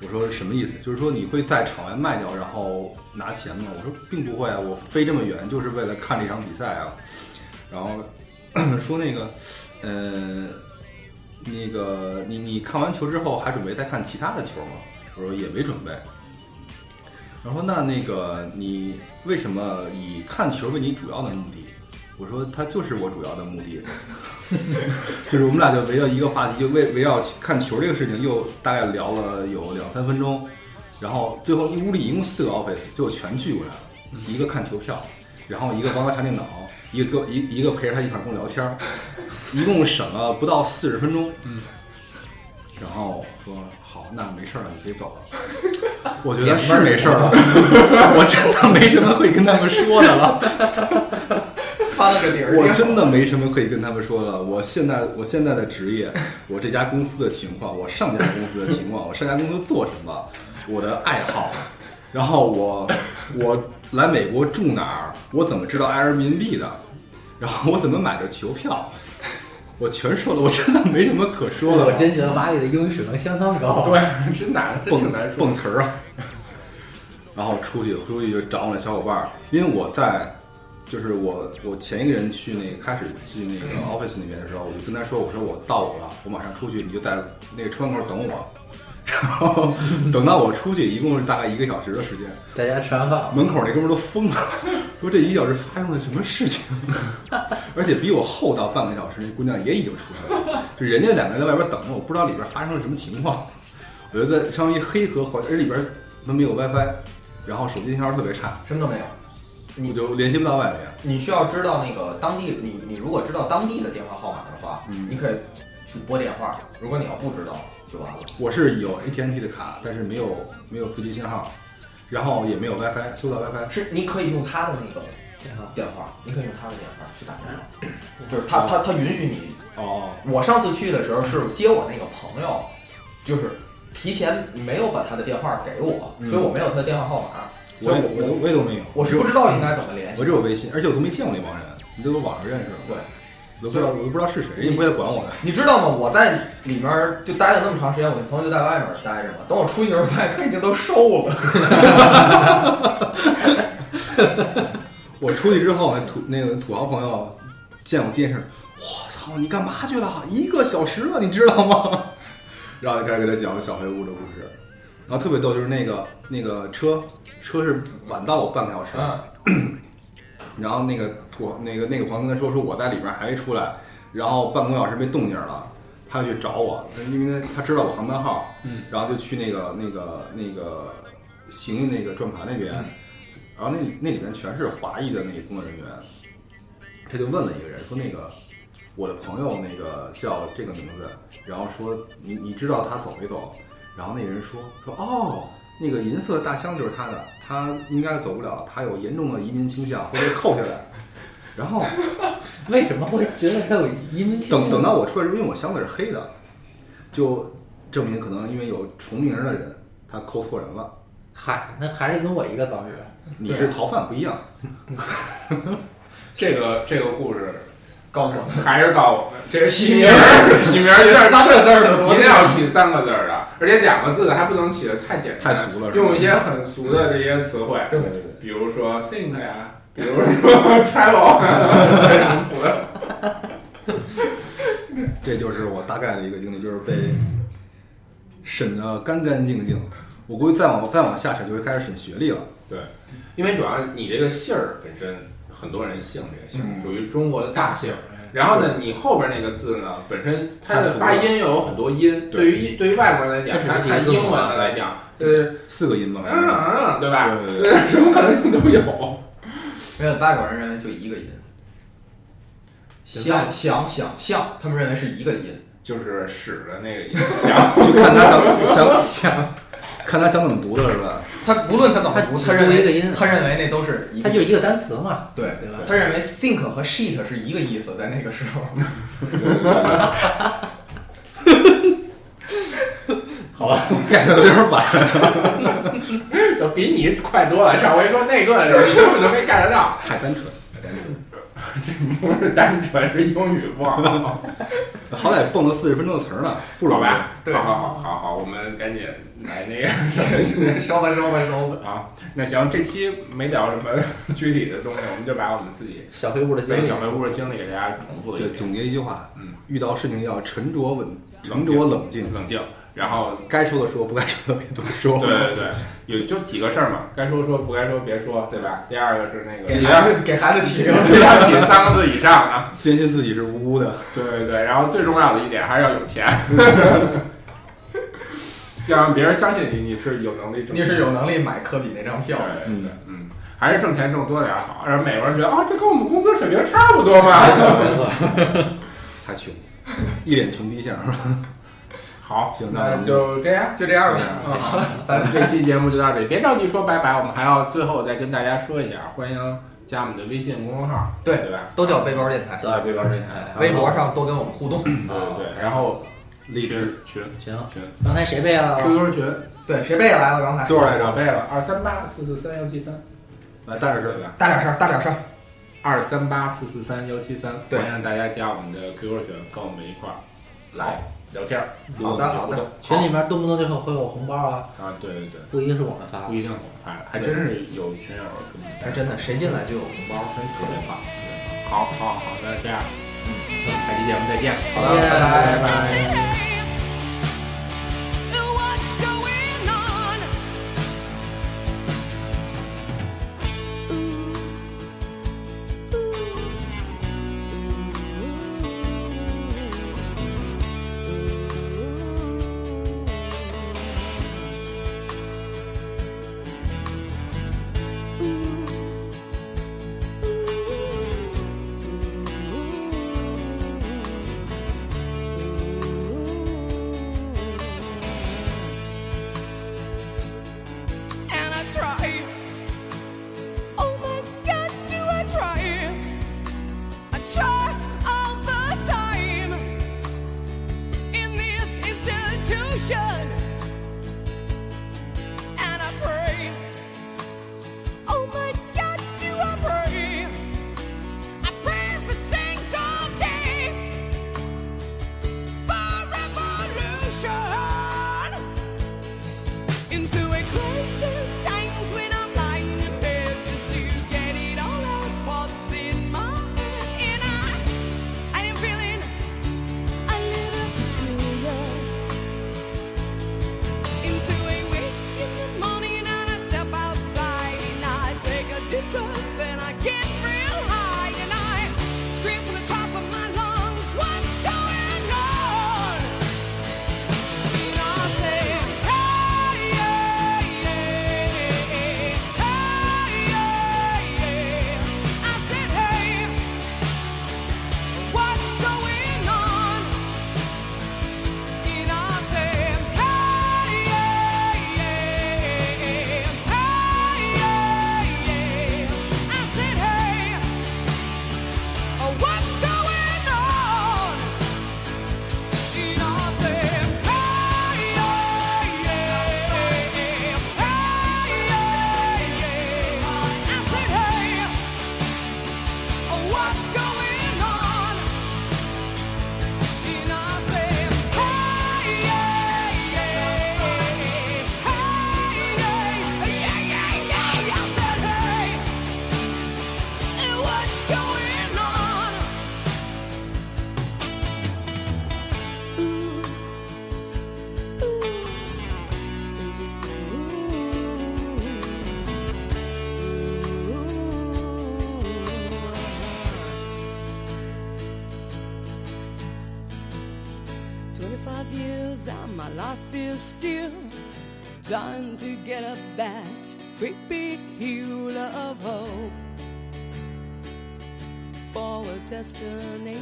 Speaker 4: 我说什么意思？就是说你会在场外卖掉，然后拿钱吗？我说并不会啊，我飞这么远就是为了看这场比赛啊。然后 说那个，呃，那个你你看完球之后还准备再看其他的球吗？我说也没准备。然后那那个你为什么以看球为你主要的目的？我说它就是我主要的目的， 就是我们俩就围绕一个话题，就围围绕看球这个事情又大概聊了有两三分钟，然后最后一屋里一共四个 office，最后全聚过来了，一个看球票，然后一个帮他查电脑，一个一一个陪着他一块儿跟我聊天儿，一共省了不到四十分钟，嗯，然后说好，那没事儿了，你别走了， 我觉得是没事儿了，我真的没什么会跟他们说的了。
Speaker 3: 翻了个底儿。
Speaker 4: 我真的没什么可以跟他们说了。我现在我现在的职业，我这家公司的情况，我上家公司的情况，我上家公司做什么，我的爱好，然后我我来美国住哪儿，我怎么知道 Airbnb 的，然后我怎么买的球票，我全说了。我真的没什么可说的
Speaker 5: 我
Speaker 4: 了。
Speaker 5: 真觉得瓦里的英语水平相当高。
Speaker 7: 对，真难，真挺
Speaker 4: 蹦
Speaker 7: 难说
Speaker 4: 蹦。词儿啊。然后出去，出去就找我那小伙伴儿，因为我在，就是我我前一个人去那个开始去那
Speaker 7: 嗯
Speaker 4: 个 office 那边的时候，我就跟他说，我说我到我了，我马上出去，你就在那个车门口等我。 然后等到我出去，一共是大概一个小时的时间，
Speaker 5: 在家吃完饭，
Speaker 4: 门口那哥们儿都疯了， 说这一小时发生了什么事情？ 而且比我后到半个小时，那姑娘也已经出来了，就人家两个人在外边等着，我不知道里边发生了什么情况。我就在相当于黑盒环，而且里边都没有 WiFi，然后手机信号特别差，
Speaker 3: 什么都没有。
Speaker 4: 我就联系不到外面。
Speaker 3: 你需要知道那个当地，你你如果知道当地的电话号码的话，
Speaker 4: 嗯
Speaker 3: 你可以去拨电话。如果你要不知道，就完了。
Speaker 4: 我是有 AT&T 的卡，但是没有没有 4G 信号，然后也没有 WiFi，搜不到 WiFi。
Speaker 3: 是你可以用他的那个
Speaker 5: 挺好。
Speaker 3: 电话，你可以用他的电话去打电话，就是他他他允许你
Speaker 4: 哦，
Speaker 3: 我上次去的时候是接我那个朋友，就是提前没有把他的电话给我，
Speaker 4: 嗯
Speaker 3: 所以我没有他的电话号码，
Speaker 4: 我
Speaker 3: 所以
Speaker 4: 也
Speaker 3: 我
Speaker 4: 我都
Speaker 3: 我
Speaker 4: 我也都没有，
Speaker 3: 我是不知道应该怎么联系
Speaker 4: 我。只有微信，而且我都没见过那帮人，你都是网上认识的，
Speaker 3: 对，
Speaker 4: 我都不知道我都不知道是谁，人家不会来管我的。
Speaker 3: 你知道吗？我在里面就待了那么长时间，我那朋友就在外面待着嘛。等我出去的时候，发现他已经都收了。
Speaker 4: 我出去之后，那土那个土豪朋友见我第一件事，我操，你干嘛去了？一个小时了，你知道吗？ 然后就开始给他讲小黑屋的故事，然后特别逗，就是那个那个车车是晚到我半个小时，
Speaker 3: 嗯，
Speaker 4: 然后那个土那个那个朋友跟他说说我在里面还没出来，然后半个多小时没动静了，他就去找我，因为他知道我航班号，嗯，然后就去那个那个那个行李那个转盘那边，然后那那里面全是华裔的那个工作人员，他就问了一个人说那个我的朋友那个叫这个名字，然后说你你知道他走没走？然后那个人说说哦，那个银色大箱就是他的，他应该走不了，他有严重的移民倾向，会被扣下来。 然后
Speaker 5: 为什么会觉得他有移民倾向
Speaker 4: 等等到我出来之后，因为我箱子是黑的，就证明可能因为有重名的人他扣错人了。
Speaker 5: 嗨，那还是跟我一个遭遇了。
Speaker 4: 你是逃犯不一样，
Speaker 7: 这个这个故事
Speaker 3: 告诉我们
Speaker 7: 还是告我们这个
Speaker 3: 起
Speaker 7: 名
Speaker 3: 名
Speaker 7: 儿，起名儿有点
Speaker 3: 三个字儿的多
Speaker 7: 一定要起三个字儿的，而且两个字的还不能起的太简单，
Speaker 4: 太俗了是吧
Speaker 7: 用一些很俗的这些词汇，
Speaker 4: 对对对，
Speaker 7: 比如说 think 呀，比如说 travel 啊这种词。
Speaker 4: 这就是我大概的一个经历，就是被审得干干净净。我估计再往再往下审就会开始审学历了。
Speaker 7: 对，因为主要你这个姓儿本身，很多人姓这个姓儿，
Speaker 1: 嗯
Speaker 7: 属于中国的大姓儿。
Speaker 1: 哎
Speaker 7: 然后呢，你后边那个字呢，本身它的发音又有很多音，对于对于外国人来讲，它
Speaker 5: 它只是
Speaker 7: 看
Speaker 5: 几个字母
Speaker 7: 英文
Speaker 1: 啊
Speaker 7: 的来讲，呃，
Speaker 4: 四个音吧，反正
Speaker 7: 嗯，对吧？
Speaker 4: 对对
Speaker 7: 对， 什么可能性都 有。
Speaker 3: 没有外国人认为就一个音，
Speaker 5: 对
Speaker 3: 想想想象，他们认为是一个音，
Speaker 1: 就是屎的那个影响。
Speaker 4: 就看他想想想，看他想怎么读的是吧？
Speaker 3: 他无论他怎么读，
Speaker 5: 他
Speaker 3: 他认
Speaker 5: 只读一个
Speaker 3: 为
Speaker 5: 音
Speaker 3: 他认为那都是一
Speaker 5: 它
Speaker 3: 个
Speaker 5: 就一个单词嘛。
Speaker 3: 对
Speaker 5: 对吧
Speaker 3: 他认为 think 和 sheet 是一个意思，在那个时 候。
Speaker 1: 好吧，
Speaker 4: get 的有点晚。
Speaker 1: 比你快多了。上回说那个的时候，你根本就没 get 到，
Speaker 4: 太单纯，太单纯。
Speaker 1: 不是单纯是英语 不好，
Speaker 4: 好歹蹦了四十分钟的词儿呢，不
Speaker 1: 好
Speaker 4: 容易。
Speaker 1: 吧？
Speaker 3: 对
Speaker 1: 好好好
Speaker 7: 嗯
Speaker 1: 好好，我们赶紧来 那个。
Speaker 3: 烧吧烧吧烧吧，
Speaker 1: 啊，那行，这期没聊什么 具体的东西，我们就把我们自己
Speaker 5: 小黑屋的经
Speaker 1: 在
Speaker 5: 历
Speaker 1: 小，卖部的经历给大家重复了一
Speaker 4: 对，
Speaker 1: 遍，
Speaker 4: 总结一句话，
Speaker 1: 嗯，
Speaker 4: 遇到事情要沉着稳，
Speaker 1: 冷静
Speaker 4: 沉着冷静，
Speaker 1: 冷静，然后
Speaker 4: 该说的说，不该说的别多说。
Speaker 1: 对对对，有就几个事儿嘛，该说说，不该说别说，对吧？第二个是那个
Speaker 3: 给
Speaker 1: 只
Speaker 3: 孩
Speaker 1: 要
Speaker 3: 子给孩子起名。
Speaker 1: 只要起三个字以上啊，
Speaker 4: 坚信自己是无辜的。
Speaker 1: 对对对，然后最重要的一点还是要有钱，要让别人相信你，你是有能力挣
Speaker 3: 你
Speaker 1: 钱，
Speaker 3: 是有能力买科比那张票
Speaker 1: 对
Speaker 3: 的，
Speaker 1: 对对嗯，还是挣钱挣多点儿好，让美国人觉得啊，这跟我们工资水平差不多嘛。
Speaker 5: 没错，
Speaker 4: 太穷，一脸穷逼相。
Speaker 1: 好，
Speaker 4: 行那我
Speaker 1: 那
Speaker 4: 们
Speaker 1: 就这样。
Speaker 3: 就这样吧。嗯好了，拜拜。
Speaker 1: 这期节目就到这里，别着急说拜拜，我们还要最后再跟大家说一下，欢迎加我们的微信公众号，
Speaker 3: 对
Speaker 1: 对吧？
Speaker 3: 都叫背包电台，
Speaker 5: 对
Speaker 1: 背包电
Speaker 5: 哎
Speaker 1: 台，
Speaker 3: 微博上多跟我们互动。
Speaker 5: 嗯
Speaker 1: 对对嗯对，然后
Speaker 4: 荔枝
Speaker 1: 群
Speaker 5: 啊行。
Speaker 1: 群
Speaker 5: 刚才谁背啊？
Speaker 1: QQ 群
Speaker 3: 对，谁背来了刚才？
Speaker 4: 多少来呃
Speaker 1: 老
Speaker 4: 着？
Speaker 1: 背了，二三八四四三幺七三，
Speaker 4: 来，带着
Speaker 1: 对
Speaker 4: 这
Speaker 1: 吧？
Speaker 3: 大点声，大点声。
Speaker 1: 二三八四四三幺七三，
Speaker 3: 对
Speaker 1: 欢迎大家加我们的 QQ 群，跟我们一块儿来聊天儿
Speaker 3: 好的，好的。
Speaker 5: 群里面动不动就会会有红包啊，
Speaker 1: 啊！对对对，
Speaker 5: 不一定是我们发
Speaker 1: 不
Speaker 5: 的。
Speaker 1: 一定我发的，还真是有群友跟我们
Speaker 3: 哎，真的，谁进来就有红包，真特别棒。
Speaker 1: 好好好，那这样，嗯，下期节目再见，
Speaker 3: 好的，拜拜。
Speaker 1: 拜
Speaker 5: 嗯
Speaker 1: 拜。
Speaker 2: What's going on? and I try. Oh my God, do I try? I try all the time. In this institution, and I pray. Oh my God, do I pray? I pray every single day for revolution into a crisis times when I'm lying in bed just to get it all out what's in my head. And I, I am feeling a little peculiar. Into a wake in the morning and I step outside and I take a deep breath and I get real high and I scream from the top of my lungs, what's going on? And I say, hey, yeah, yeah, hey, yeah, yeah. I said, hey, what's going on? And I say, hey, yeah, yeah, hey, yeah, yeah. I said, hey, what's going on? And I say, hey, yeah, yeah, hey, yeah, yeah. I said, hey, what's going on? And I say, hey, yeah, yeah, hey, yeah, yeah, yeah. I said, hey, what's going on? Twenty-five years and my life is still trying to get up that great big hill of hope for a destination.